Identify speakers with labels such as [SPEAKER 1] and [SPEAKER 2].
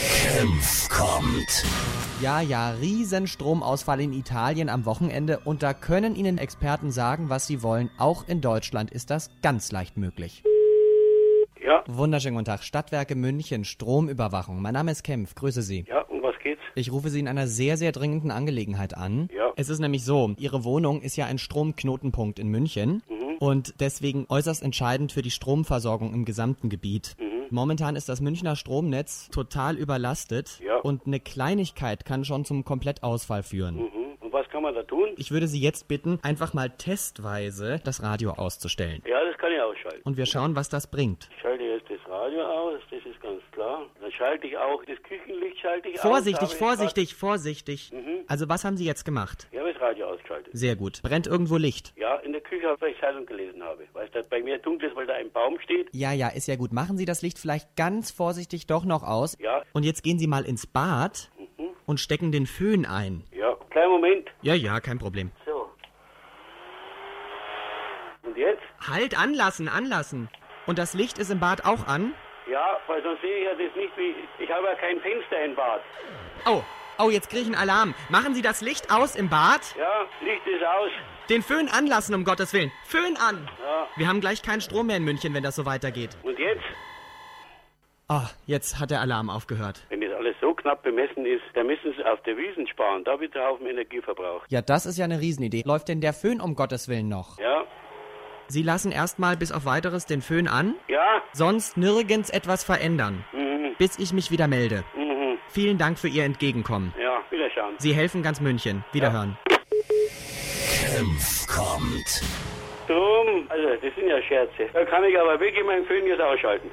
[SPEAKER 1] Senf kommt.
[SPEAKER 2] Ja, ja, Riesenstromausfall in Italien am Wochenende und da können Ihnen Experten sagen, was sie wollen. Auch in Deutschland ist das ganz leicht möglich.
[SPEAKER 3] Ja,
[SPEAKER 2] Wunderschönen guten Tag, Stadtwerke München, Stromüberwachung. Mein Name ist Kempf, grüße Sie.
[SPEAKER 3] ja, um was geht's?
[SPEAKER 2] Ich rufe Sie in einer sehr, sehr dringenden Angelegenheit an.
[SPEAKER 3] Ja.
[SPEAKER 2] Es ist nämlich so, Ihre Wohnung ist ja ein Stromknotenpunkt in München
[SPEAKER 3] Mhm.
[SPEAKER 2] und deswegen äußerst entscheidend für die Stromversorgung im gesamten Gebiet.
[SPEAKER 3] Mhm.
[SPEAKER 2] Momentan ist das Münchner Stromnetz total überlastet
[SPEAKER 3] Ja.
[SPEAKER 2] und eine Kleinigkeit kann schon zum Komplettausfall führen.
[SPEAKER 3] Mhm. Und was kann man da tun?
[SPEAKER 2] Ich würde Sie jetzt bitten, einfach mal testweise das Radio auszustellen.
[SPEAKER 3] Ja, das kann ich ausschalten.
[SPEAKER 2] Und wir schauen, was das bringt.
[SPEAKER 3] Ich schalte jetzt das Radio aus, das ist ganz klar. Dann schalte ich auch das Küchenlicht, schalte ich
[SPEAKER 2] Vorsichtig,
[SPEAKER 3] aus. da habe ich Mhm.
[SPEAKER 2] vorsichtig, vorsichtig. Also was haben Sie jetzt gemacht?
[SPEAKER 3] grad- Ich habe das Radio ausgeschaltet.
[SPEAKER 2] Sehr gut. Brennt irgendwo Licht?
[SPEAKER 3] Ja, in der Küche, weil ich Zeitung gelesen habe. Weißt du, bei mir dunkel ist, weil da ein Baum steht.
[SPEAKER 2] Ja, ja, ist ja gut. Machen Sie das Licht vielleicht ganz vorsichtig doch noch aus.
[SPEAKER 3] Ja.
[SPEAKER 2] Und jetzt gehen Sie mal ins Bad und stecken den Föhn ein.
[SPEAKER 3] Ja, kleinen Moment.
[SPEAKER 2] Ja, ja, kein Problem.
[SPEAKER 3] So. Und jetzt?
[SPEAKER 2] Halt anlassen, anlassen. Und das Licht ist im Bad auch an?
[SPEAKER 3] Ja, weil sonst sehe ich ja das nicht wie... Ich habe ja kein Fenster im Bad.
[SPEAKER 2] Oh, oh, jetzt kriege ich einen Alarm. Machen Sie das Licht aus im Bad?
[SPEAKER 3] Ja, Licht ist aus.
[SPEAKER 2] Den Föhn anlassen, um Gottes Willen. Föhn an!
[SPEAKER 3] Ja.
[SPEAKER 2] Wir haben gleich keinen Strom mehr in München, wenn das so weitergeht.
[SPEAKER 3] Und jetzt?
[SPEAKER 2] Oh, jetzt hat der Alarm aufgehört.
[SPEAKER 3] Wenn das alles so knapp bemessen ist, dann müssen sie auf der Wiesen sparen. Da wird der Haufen Energieverbrauch.
[SPEAKER 2] Ja, das ist ja eine Riesenidee. Läuft denn der Föhn um Gottes Willen noch?
[SPEAKER 3] Ja,
[SPEAKER 2] Sie lassen erstmal bis auf weiteres den Föhn an?
[SPEAKER 3] ja,
[SPEAKER 2] sonst nirgends etwas verändern, bis ich mich wieder melde. Vielen Dank für Ihr Entgegenkommen.
[SPEAKER 3] Mhm. ja, wieder schauen.
[SPEAKER 2] Sie helfen ganz München. Wiederhören.
[SPEAKER 1] Senf kommt.
[SPEAKER 3] Drum, also das sind ja Scherze. Da kann ich aber wirklich meinen Föhn jetzt ausschalten.